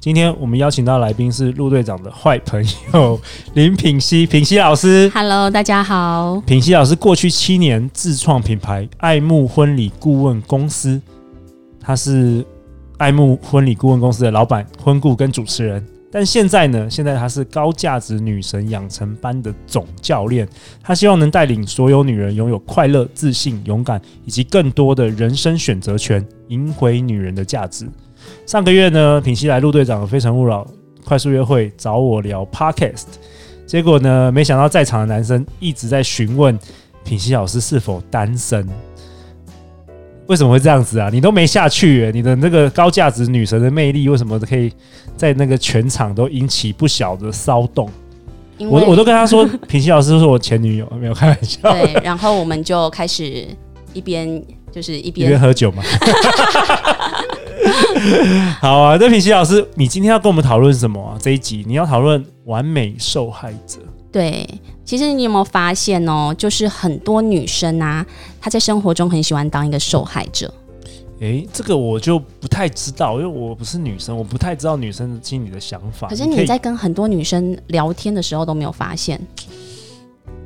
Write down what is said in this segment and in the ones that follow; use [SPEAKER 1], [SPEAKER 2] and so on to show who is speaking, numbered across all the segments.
[SPEAKER 1] 今天我们邀请到来宾是陆队长的坏朋友林品熙，品熙老师。
[SPEAKER 2] Hello，大家好。
[SPEAKER 1] 品熙老师过去七年自创品牌爱慕婚礼顾问公司，他是爱慕婚礼顾问公司的老板、婚顾跟主持人。但现在呢，现在他是高价值女神养成班的总教练，他希望能带领所有女人拥有快乐、自信、勇敢以及更多的人生选择权，赢回女人的价值。上个月呢，品熙来陆队长的《非诚勿扰》快速约会找我聊 Podcast，结果呢，没想到在场的男生一直在询问品熙老师是否单身。为什么会这样子啊？你都没下去耶、你的那个高价值女神的魅力，为什么可以在那个全场都引起不小的骚动？
[SPEAKER 2] 因
[SPEAKER 1] 我 我都跟他说，品熙老师是我前女友，没有开玩笑，
[SPEAKER 2] 对，然后我们就开始一边就是一
[SPEAKER 1] 一边
[SPEAKER 2] 边
[SPEAKER 1] 喝酒嘛。好啊，那品熙老师，你今天要跟我们讨论什么啊？这一集你要讨论完美受害者，
[SPEAKER 2] 对。其实你有没有发现哦？就是很多女生啊，她在生活中很喜欢当一个受害者。
[SPEAKER 1] 诶、这个我就不太知道，因为我不是女生，我不太知道女生心里的想法。
[SPEAKER 2] 可是
[SPEAKER 1] 可
[SPEAKER 2] 你
[SPEAKER 1] 以
[SPEAKER 2] 在跟很多女生聊天的时候都没有 发现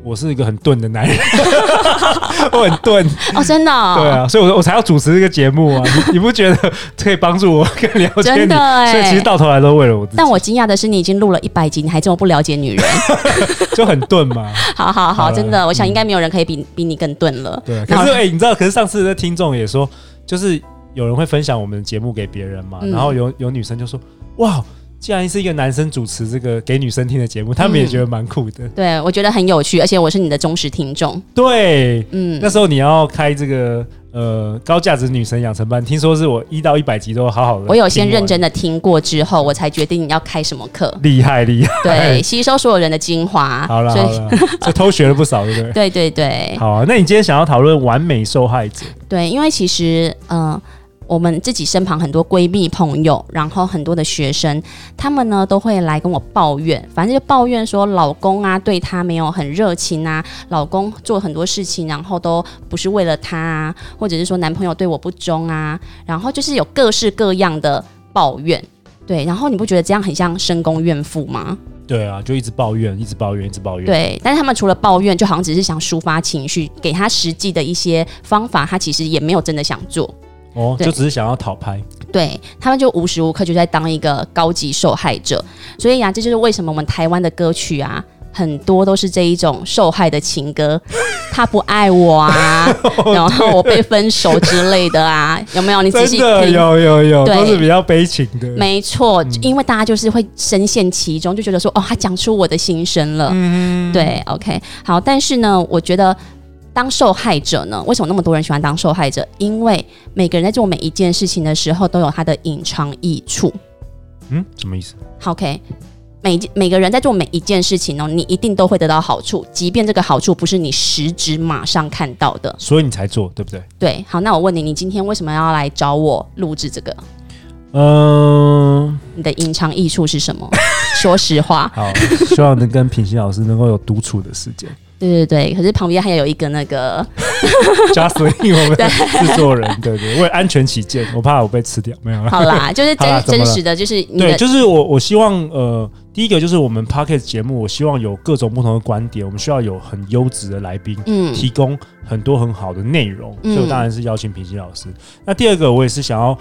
[SPEAKER 1] 我是一个很钝的男 人，我很钝，
[SPEAKER 2] 哦，真的、
[SPEAKER 1] 对
[SPEAKER 2] 哦，
[SPEAKER 1] 啊，所以我我才要主持这个节目啊。你你不觉得可以帮助我更了解你？
[SPEAKER 2] 真的哎、
[SPEAKER 1] 所以其实到头来都为了我自己
[SPEAKER 2] 但，我惊讶的是，你已经录了一百集，你还这么不了解 女人。
[SPEAKER 1] 就很钝嘛。
[SPEAKER 2] 好好
[SPEAKER 1] 好
[SPEAKER 2] 好，
[SPEAKER 1] 了
[SPEAKER 2] 真的，我想
[SPEAKER 1] 嗯
[SPEAKER 2] 应该没有人可以比比你更钝了。
[SPEAKER 1] 对啊，可
[SPEAKER 2] 然后
[SPEAKER 1] 是哎、你知道，可是上次的听众也说，就是有人会分享我们的节目给别人嘛，
[SPEAKER 2] 嗯
[SPEAKER 1] 然后有有女生就说，哇，既然是一个男生主持这个给女生听的节目，他
[SPEAKER 2] 嗯
[SPEAKER 1] 们也觉得蛮酷的。
[SPEAKER 2] 对，我觉得很有趣，而且我是你的忠实听众。
[SPEAKER 1] 对，
[SPEAKER 2] 嗯
[SPEAKER 1] 那，时候你要开这个呃高价值女神养成班，听说是我一到一百集都好好的，，
[SPEAKER 2] 我有先认真的听过之后，我才决定要开什么课
[SPEAKER 1] 厉害厉害，
[SPEAKER 2] 对，吸收所有人的精华。
[SPEAKER 1] 好了
[SPEAKER 2] 所
[SPEAKER 1] 好
[SPEAKER 2] 以，
[SPEAKER 1] 了，这偷学了不少，对不对？
[SPEAKER 2] 对对 对
[SPEAKER 1] 好啊，那你今天想要讨论完美受害者，
[SPEAKER 2] 对，因为其实，嗯、我们自己身旁很多闺蜜朋友，然后很多的学生，他们呢都会来跟我抱怨，反正就抱怨说老公啊对她没有很热情啊，老公做很多事情，然后都不是为了她啊，或者是说男朋友对我不忠啊，然后就是有各式各样的抱怨。对，然后你不觉得这样很像深宫怨妇吗？
[SPEAKER 1] 对啊，就一直抱怨，一直抱怨，一直抱怨，
[SPEAKER 2] 对，但是他们除了抱怨，就好像只是想抒发情绪，给他实际的一些方法，他其实也没有真的想做。
[SPEAKER 1] 哦，
[SPEAKER 2] 对
[SPEAKER 1] 就只是想要讨拍，
[SPEAKER 2] 对他们就无时无刻就在当一个高级受害者，所以呀、啊这就是为什么我们台湾的歌曲啊，很多都是这一种受害的 情歌，他不爱我啊，然后我被分手之类的啊，有没有？你仔细
[SPEAKER 1] 真的
[SPEAKER 2] 听。
[SPEAKER 1] 有嗯有有，
[SPEAKER 2] 对
[SPEAKER 1] 都是比较悲情的，
[SPEAKER 2] 没错，因为大家就是会深陷其中，就觉得说，哦，他讲出我的心声了。
[SPEAKER 1] 嗯，
[SPEAKER 2] 对，OK，好，但是呢，我觉得当受害者呢，为什么那么多人喜欢当受害者？因为每个人在做每一件事情的时候，都有他的隐藏益处。
[SPEAKER 1] 嗯，什么意思？
[SPEAKER 2] 好 OK，每一每个人在做每一件事情哦，你一定都会得到好处，即便这个好处不是你实质马上看到的。
[SPEAKER 1] 所以你才做，对不对？
[SPEAKER 2] 对，好，那我问你，你今天为什么要来找我录制这个？
[SPEAKER 1] 嗯，
[SPEAKER 2] 你的隐藏益处是什么？说实话，
[SPEAKER 1] 好，希望能跟品熙老师能够有独处的时间
[SPEAKER 2] 对对对，可是旁边还有一个那个
[SPEAKER 1] ，Justin，我们的制作人，对对，为了安全起见，我怕我被吃掉，没有啦。
[SPEAKER 2] 好 啦，就是
[SPEAKER 1] 好啦怎么
[SPEAKER 2] 真真
[SPEAKER 1] 了
[SPEAKER 2] 实的，就是你
[SPEAKER 1] 对，
[SPEAKER 2] 的
[SPEAKER 1] 就是我，我希望呃，第一个就是我们 p o c k e t 节目，我希望有各种不同的观点，我们需要有很优质的来宾，
[SPEAKER 2] 嗯
[SPEAKER 1] 提供很多很好的内容，所
[SPEAKER 2] 嗯
[SPEAKER 1] 以我当然是邀请品熙老师。那第二个，我也是想要。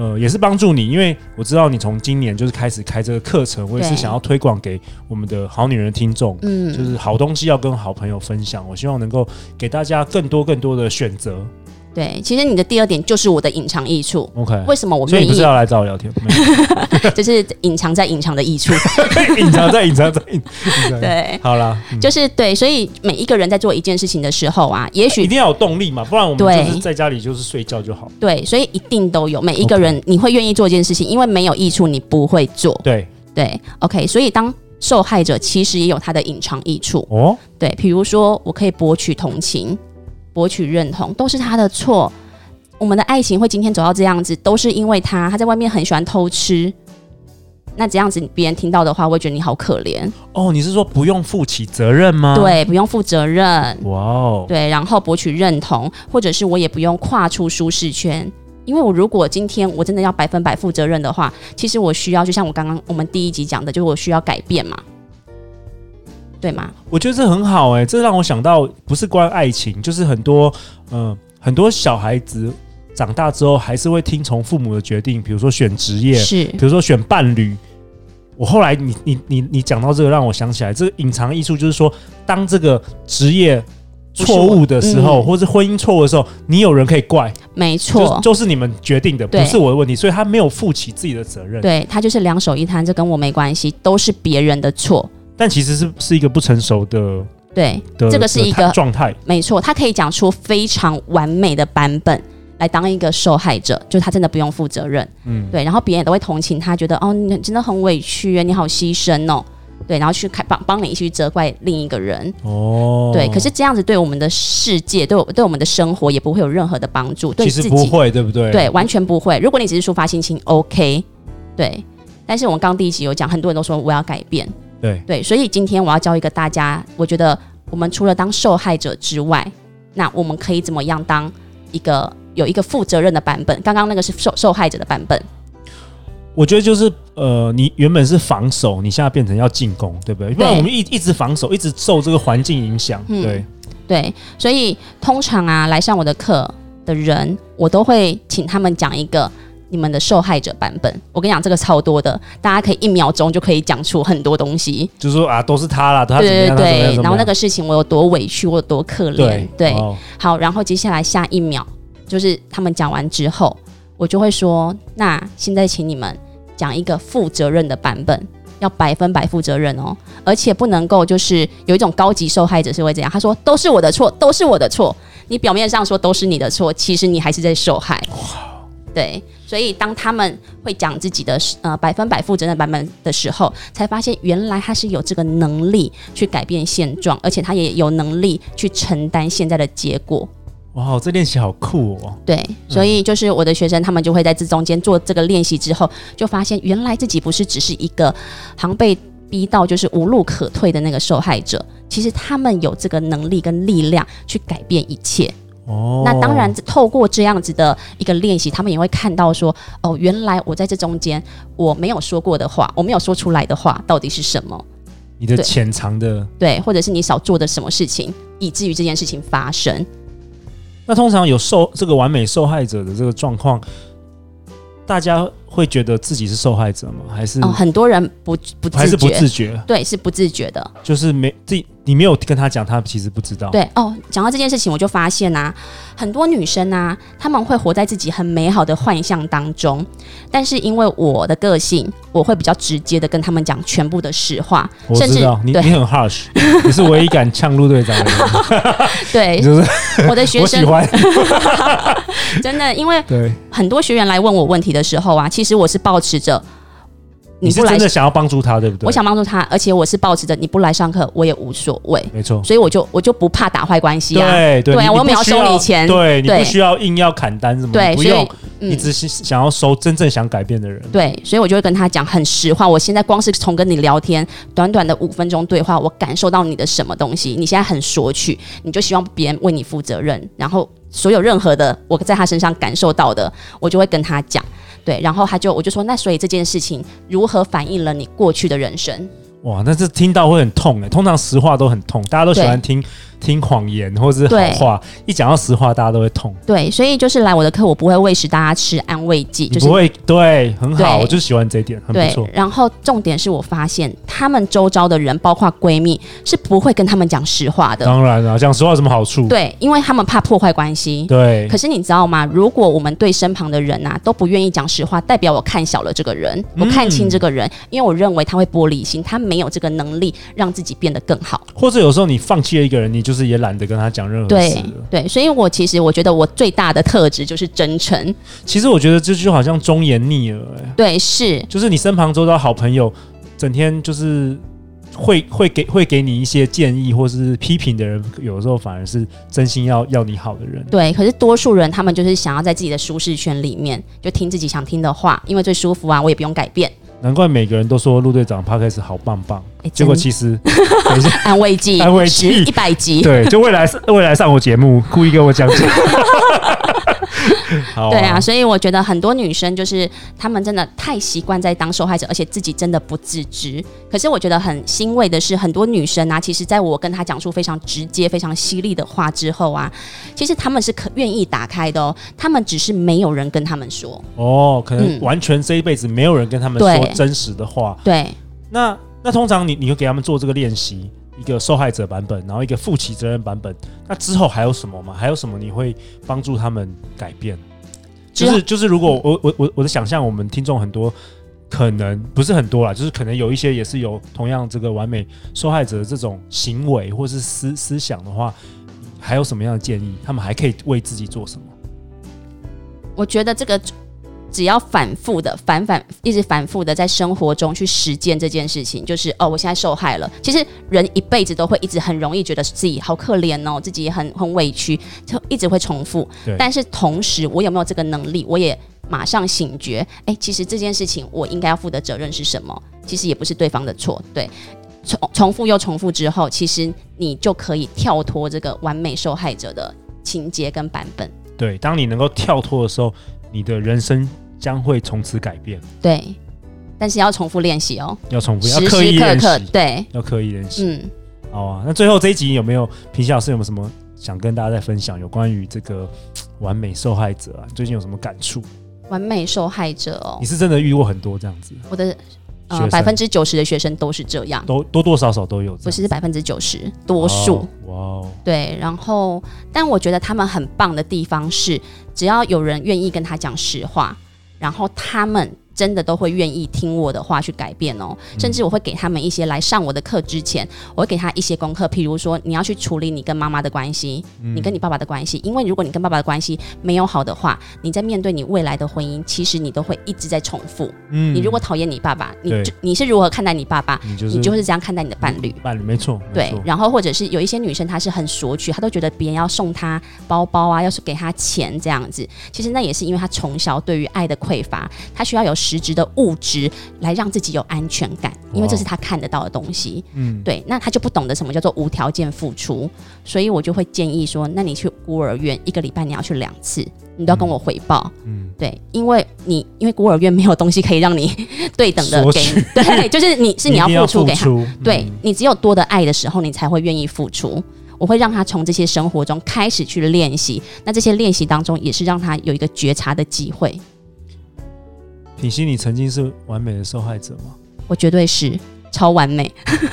[SPEAKER 1] 呃，也是帮助你，因为我知道你从今年就是开始开这个课程，我也是
[SPEAKER 2] 对
[SPEAKER 1] 想要推广给我们的好女人听众，
[SPEAKER 2] 嗯
[SPEAKER 1] 就是好东西要跟好朋友分享。我希望能够给大家更多更多的选择。
[SPEAKER 2] 对，其实你的第二点就是我的隐藏益处。
[SPEAKER 1] OK，
[SPEAKER 2] 为什么我
[SPEAKER 1] 哎所以
[SPEAKER 2] 愿
[SPEAKER 1] 你不是
[SPEAKER 2] 意？
[SPEAKER 1] 要来找我聊天？没
[SPEAKER 2] 就是隐藏在隐藏的 益处。
[SPEAKER 1] 有 隐藏在隐藏在隐藏在。
[SPEAKER 2] 对，
[SPEAKER 1] 好啦，嗯
[SPEAKER 2] 就是对，所以每一个人在做一件事情的时候啊，也
[SPEAKER 1] 哎一
[SPEAKER 2] 许
[SPEAKER 1] 定要有动力嘛，不然我们
[SPEAKER 2] 对
[SPEAKER 1] 就是在家里就是睡觉就好。
[SPEAKER 2] 对，所以一定都有每一个人你会愿意做一件事情，因为没有益处你不会做。
[SPEAKER 1] 对，
[SPEAKER 2] 对，OK，所以当受害者其实也有他的隐藏益处。
[SPEAKER 1] 哦，
[SPEAKER 2] 对，比如说我可以博取同情，博取认同，都是他的错。我们的爱情会今天走到这样子，都是因为他，他在外面很喜欢偷吃。那这样子，别人听到的话，会觉得你好可怜，
[SPEAKER 1] 哦，你是说不用负起责任吗？，
[SPEAKER 2] 对，不用负责任，
[SPEAKER 1] 哇哦，
[SPEAKER 2] 对，然后博取认同，或者是我也不用跨出舒适圈，因为我如果今天我真的要百分百负责任的话，其实我需要，就像我刚刚我们第一集讲的，就是我需要改变嘛，对吗？
[SPEAKER 1] 我觉得这很好哎、这让我想到不是关于爱情，就是很多嗯、呃很多小孩子长大之后还是会听从父母的决定，比如说选职业，
[SPEAKER 2] 是
[SPEAKER 1] 比如说选伴侣。我后来你你你你讲到这个，让我想起来，这个隐藏艺术就是说，当这个职业错误的时候，
[SPEAKER 2] 嗯
[SPEAKER 1] 或是婚姻错误的时候，你有人可以怪，
[SPEAKER 2] 没
[SPEAKER 1] 就
[SPEAKER 2] 错，
[SPEAKER 1] 就是你们决定的，不
[SPEAKER 2] 对
[SPEAKER 1] 是我的问题，所以他没有负起自己的责任。
[SPEAKER 2] 对他就是两手一摊，这跟我没关系，都是别人的错。
[SPEAKER 1] 但其实是是一个不成熟的
[SPEAKER 2] 对，
[SPEAKER 1] 的
[SPEAKER 2] 这个是一个
[SPEAKER 1] 的状态，
[SPEAKER 2] 没错，他可以讲出非常完美的版本来当一个受害者，就他真的不用负责任。
[SPEAKER 1] 嗯，
[SPEAKER 2] 对，然后别人也都会同情他，觉得哦，你真的很委屈啊耶，你好牺牲哦。对，然后去开帮帮你去责怪另一个人，
[SPEAKER 1] 哦，
[SPEAKER 2] 对。可是这样子对我们的世界，对我对我们的生活也不会有任何的帮助，对
[SPEAKER 1] 其
[SPEAKER 2] 自
[SPEAKER 1] 实
[SPEAKER 2] 己
[SPEAKER 1] 不会，对不对？
[SPEAKER 2] 对，完全不会。如果你只是抒发心情，OK，对。但是我们刚第一集有讲，很多人都说我要改变，
[SPEAKER 1] 对
[SPEAKER 2] 对，所以今天我要教一个大家，我觉得我们除了当受害者之外，那我们可以怎么样当一个有一个负责任的版本？刚刚那个是受受害者的版本，
[SPEAKER 1] 我觉得就是呃，你原本是防守，你现在变成要进攻，对不对？不然我们一一直防守，一直受这个环境影响，
[SPEAKER 2] 嗯
[SPEAKER 1] 对，
[SPEAKER 2] 对，所以通常啊来上我的课的人，我都会请他们讲一个。你们的受害者版本，我跟你讲，这个超多的，大家可以一秒钟就可以讲出很多东西。
[SPEAKER 1] 就是说啊，都是他啦，他怎么
[SPEAKER 2] 对
[SPEAKER 1] 样，他怎
[SPEAKER 2] 对
[SPEAKER 1] 么样，怎
[SPEAKER 2] 对，
[SPEAKER 1] 么样
[SPEAKER 2] 然后那个事情我有多委屈，我有多可怜
[SPEAKER 1] 对，
[SPEAKER 2] 对，
[SPEAKER 1] 哦
[SPEAKER 2] 好，然后接下来下一秒就是他们讲完之后，我就会说，那现在请你们讲一个负责任的版本，要百分百负责任哦，而且不能够就是有一种高级受害者是会这样，他说都是我的错，都是我的错，你表面上说都是你的错，其实你还是在受害。对，所以当他们会讲自己的呃百分百负责任的版本的时候，才发现原来他是有这个能力去改变现状，而且他也有能力去承担现在的结果。
[SPEAKER 1] 哇，这练习好酷哦！
[SPEAKER 2] 对，所以就是我的学生，他们就会在这中间做这个练习之后，就发现原来自己不是只是一个好像被逼到就是无路可退的那个受害者，其实他们有这个能力跟力量去改变一切。
[SPEAKER 1] 哦，
[SPEAKER 2] 那当然，透过这样子的一个练习，他们也会看到说，哦，原来我在这中间我没有说过的话，我没有说出来的话到底是什么？
[SPEAKER 1] 你的
[SPEAKER 2] 对
[SPEAKER 1] 潜藏的，
[SPEAKER 2] 对，或者是你少做的什么事情，以至于这件事情发生。
[SPEAKER 1] 那通常有受这个完美受害者的这个状况，大家会觉得自己是受害者吗？还是、
[SPEAKER 2] 哦，很多人不不
[SPEAKER 1] 还
[SPEAKER 2] 自
[SPEAKER 1] 是不
[SPEAKER 2] 觉，
[SPEAKER 1] 自觉？
[SPEAKER 2] 对，是不自觉的。
[SPEAKER 1] 就是没自己，你没有跟他讲，他其实不知道。
[SPEAKER 2] 对哦，讲到这件事情，我就发现啊，很多女生啊，她们会活在自己很美好的幻象当中，但是因为我的个性，我会比较直接的跟她们讲全部的实话，
[SPEAKER 1] 我
[SPEAKER 2] 甚
[SPEAKER 1] 知
[SPEAKER 2] 至
[SPEAKER 1] 道你你
[SPEAKER 2] 对
[SPEAKER 1] 很 harsh，你是唯一敢呛陆队长的人，你
[SPEAKER 2] 对
[SPEAKER 1] 就是
[SPEAKER 2] 我的学
[SPEAKER 1] 我喜
[SPEAKER 2] 生
[SPEAKER 1] 欢。
[SPEAKER 2] 真的，因为
[SPEAKER 1] 对，
[SPEAKER 2] 很多学员来问我问题的时候啊，其实我是保持着
[SPEAKER 1] 你
[SPEAKER 2] 你
[SPEAKER 1] 是
[SPEAKER 2] 不来
[SPEAKER 1] 真，的想要帮助他，对不对？
[SPEAKER 2] 我，想帮助他，而且我是保持着你不来上课我也无所谓，
[SPEAKER 1] 没错。
[SPEAKER 2] 所以我就我就不怕打坏关系啊。
[SPEAKER 1] 对对
[SPEAKER 2] 对啊
[SPEAKER 1] 你
[SPEAKER 2] 我又
[SPEAKER 1] 不
[SPEAKER 2] 没有
[SPEAKER 1] 需
[SPEAKER 2] 收你钱
[SPEAKER 1] 对你不
[SPEAKER 2] 对
[SPEAKER 1] 需要硬要砍单什么，
[SPEAKER 2] 对
[SPEAKER 1] 你不
[SPEAKER 2] 所以
[SPEAKER 1] 用，
[SPEAKER 2] 嗯
[SPEAKER 1] 你只是想要收真正想改变的人。
[SPEAKER 2] 对，所以我就会跟他讲很实话。我现在光是从跟你聊天，短短的五分钟对话，我感受到你的什么东西？你现在很索取，你就希望别人为你负责任，然后所有任何的我在他身上感受到的，我就会跟他讲。对，然后他就我就说，那所以这件事情如何反映了你过去的人生？
[SPEAKER 1] 哇，那这听到会很痛哎，通常实话都很痛，大家都喜欢听听谎言或是好
[SPEAKER 2] 对
[SPEAKER 1] 话，一讲到实话大家都会痛。
[SPEAKER 2] 对，所以就是来我的课，我不会喂食大家吃安慰剂，
[SPEAKER 1] 你
[SPEAKER 2] 就是
[SPEAKER 1] 不会对，很好，
[SPEAKER 2] 对
[SPEAKER 1] 我就喜欢这一点，很不
[SPEAKER 2] 对
[SPEAKER 1] 错。，
[SPEAKER 2] 然后重点是我发现他们周遭的人，包括闺蜜，是不会跟他们讲实话的。
[SPEAKER 1] 当然了，讲实话有什么好处？
[SPEAKER 2] 对，因为他们怕破坏关系。
[SPEAKER 1] 对
[SPEAKER 2] 可，是你知道吗？如果我们对身旁的人啊都不愿意讲实话，代表我看小了这个人，
[SPEAKER 1] 嗯
[SPEAKER 2] 我看清这个人，因为我认为他会玻璃心，他没有这个能力让自己变得更好。
[SPEAKER 1] 或者有时候你放弃了一个人，你就是也懒得跟他讲任何事
[SPEAKER 2] 对
[SPEAKER 1] 了。
[SPEAKER 2] 对，所以我其实我觉得我最大的特质就是真诚。
[SPEAKER 1] 其实我觉得这就好像忠言逆耳、欸，
[SPEAKER 2] 对，是
[SPEAKER 1] 就是你身旁周遭好朋友，整天就是会会给会给你一些建议或是批评的人，有时候反而是真心要要你好的人。
[SPEAKER 2] 对，可是多数人他们就是想要在自己的舒适圈里面，就听自己想听的话，因为最舒服啊，我也不用改变。
[SPEAKER 1] 难怪每个人都说陆队长 p o d c a s 好棒棒，
[SPEAKER 2] 哎
[SPEAKER 1] 结果
[SPEAKER 2] 真
[SPEAKER 1] 其实等一下，
[SPEAKER 2] 安慰剂，
[SPEAKER 1] 安慰剂
[SPEAKER 2] 一百集。 啊
[SPEAKER 1] 对，就未来未来上我节目，故意跟我 讲讲。好哦
[SPEAKER 2] 对啊，，所以我觉得很多女生就是她们真的太习惯在当受害者，而且自己真的不自知。可是我觉得很欣慰的是，很多女生啊，其实在我跟她讲出非常直接、非常犀利的话之后啊，其实她们是可愿意打开的哦，她们只是没有人跟她们说。
[SPEAKER 1] 哦，可能
[SPEAKER 2] 嗯
[SPEAKER 1] 完全这一辈子没有人跟他们
[SPEAKER 2] 对
[SPEAKER 1] 说真实的话。
[SPEAKER 2] 对，
[SPEAKER 1] 那那通常你你会给他们做这个练习，一个受害者版本，然后一个负起责任版本。那之后还有什么吗？还有什么你会帮助他们改变？
[SPEAKER 2] 之
[SPEAKER 1] 就
[SPEAKER 2] 后
[SPEAKER 1] 是就是，如果我我我我的想象，我们听众很多，可能不是很多啦，就是可能有一些也是有同样这个完美受害者的这种行为或是思思想的话，还有什么样的建议？他们还可以为自己做什么？
[SPEAKER 2] 我觉得这个只要反复的、反反一直反复的在生活中去实践这件事情，就是哦，我现在受害了。其实人一辈子都会一直很容易觉得自己好可怜哦，自己很很委屈，就一直会重复
[SPEAKER 1] 对。
[SPEAKER 2] 但是同时，我有没有这个能力，我也马上醒觉，哎，其实这件事情我应该要负的责任是什么？其实也不是对方的错，对。重重复又重复之后，其实你就可以跳脱这个完美受害者的情节跟版本。
[SPEAKER 1] 对，当你能够跳脱的时候，你的人生将会从此改变。
[SPEAKER 2] 对，但是要重复练习哦，
[SPEAKER 1] 要重复，要
[SPEAKER 2] 时
[SPEAKER 1] 刻意
[SPEAKER 2] 时刻
[SPEAKER 1] 练习，
[SPEAKER 2] 刻，对，
[SPEAKER 1] 要刻意练习。
[SPEAKER 2] 嗯，
[SPEAKER 1] 好啊，那最后这一集有没有平西老师有没有什么想跟大家再分享有关于这个嘖完美受害者啊？最近有什么感触？
[SPEAKER 2] 完美受害者哦
[SPEAKER 1] 你，是真的遇过很多这样子，
[SPEAKER 2] 我的
[SPEAKER 1] 学
[SPEAKER 2] 呃
[SPEAKER 1] 生
[SPEAKER 2] 百分之九十的学生都是这样，
[SPEAKER 1] 都多多少少都有这
[SPEAKER 2] 不
[SPEAKER 1] 样，
[SPEAKER 2] 是百分之九十，多数。
[SPEAKER 1] 哇哦，
[SPEAKER 2] 对，然后，但我觉得他们很棒的地方是，只要有人愿意跟他讲实话，然后他们真的都会愿意听我的话去改变哦。
[SPEAKER 1] 嗯
[SPEAKER 2] 甚至我会给他们一些来上我的课之前，我会给他一些功课，譬如说你要去处理你跟妈妈的关系，你
[SPEAKER 1] 嗯
[SPEAKER 2] 跟你爸爸的关系，因为如果你跟爸爸的关系没有好的话，你在面对你未来的婚姻，其实你都会一直在重复。
[SPEAKER 1] 嗯
[SPEAKER 2] 你如果讨厌你爸爸，你
[SPEAKER 1] 对
[SPEAKER 2] 就你是如何看待你爸爸，
[SPEAKER 1] 你就是
[SPEAKER 2] 你就会是这样看待你的伴侣。
[SPEAKER 1] 伴侣，没错，没
[SPEAKER 2] 对
[SPEAKER 1] 错，
[SPEAKER 2] 然后或者是有一些女生她是很索取，她都觉得别人要送她包包啊，要是给她钱这样子。其实那也是因为她从小对于爱的匮乏，她需要有实质的物质来让自己有安全感，因为这是她看得到的东西。
[SPEAKER 1] 嗯，
[SPEAKER 2] 对，那她就不懂得什么叫做无条件付出，所以我就会建议说，那你去孤儿院一个礼拜你要去两次，你都要跟我汇报。
[SPEAKER 1] 嗯，
[SPEAKER 2] 对，因为你因为孤儿院没有东西可以让你 对等的
[SPEAKER 1] 索
[SPEAKER 2] 给
[SPEAKER 1] 取
[SPEAKER 2] 你，对，就是你是你
[SPEAKER 1] 一
[SPEAKER 2] 要
[SPEAKER 1] 定
[SPEAKER 2] 付
[SPEAKER 1] 要
[SPEAKER 2] 出给他。
[SPEAKER 1] 出，
[SPEAKER 2] 对
[SPEAKER 1] 嗯
[SPEAKER 2] 你只有多的爱的时候，你才会愿意付出。我会让他从这些生活中开始去练习，那这些练习当中也是让他有一个觉察的机会。
[SPEAKER 1] 品心，你曾经是完美的受害者吗？
[SPEAKER 2] 我绝对是超完美，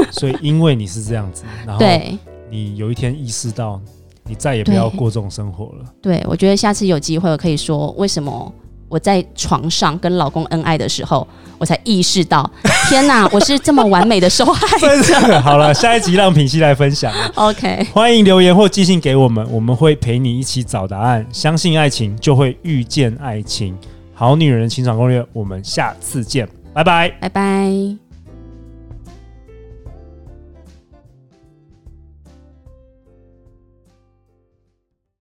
[SPEAKER 1] 所以因为你是这样子，然后
[SPEAKER 2] 对
[SPEAKER 1] 你有一天意识到，你再也不要
[SPEAKER 2] 对
[SPEAKER 1] 过这种生活了。
[SPEAKER 2] 对，我觉得下次有机会我可以说为什么。我在床上跟老公恩爱的时候，我才意识到，天哪，我是这么完美的受害
[SPEAKER 1] 真是好了，下一集让品西来分享。
[SPEAKER 2] OK，
[SPEAKER 1] 欢迎留言或寄信给我们，我们会陪你一起找答案。相信爱情，就会遇见爱情。好女人的情场攻略，我们下次见，拜拜。
[SPEAKER 2] 拜拜。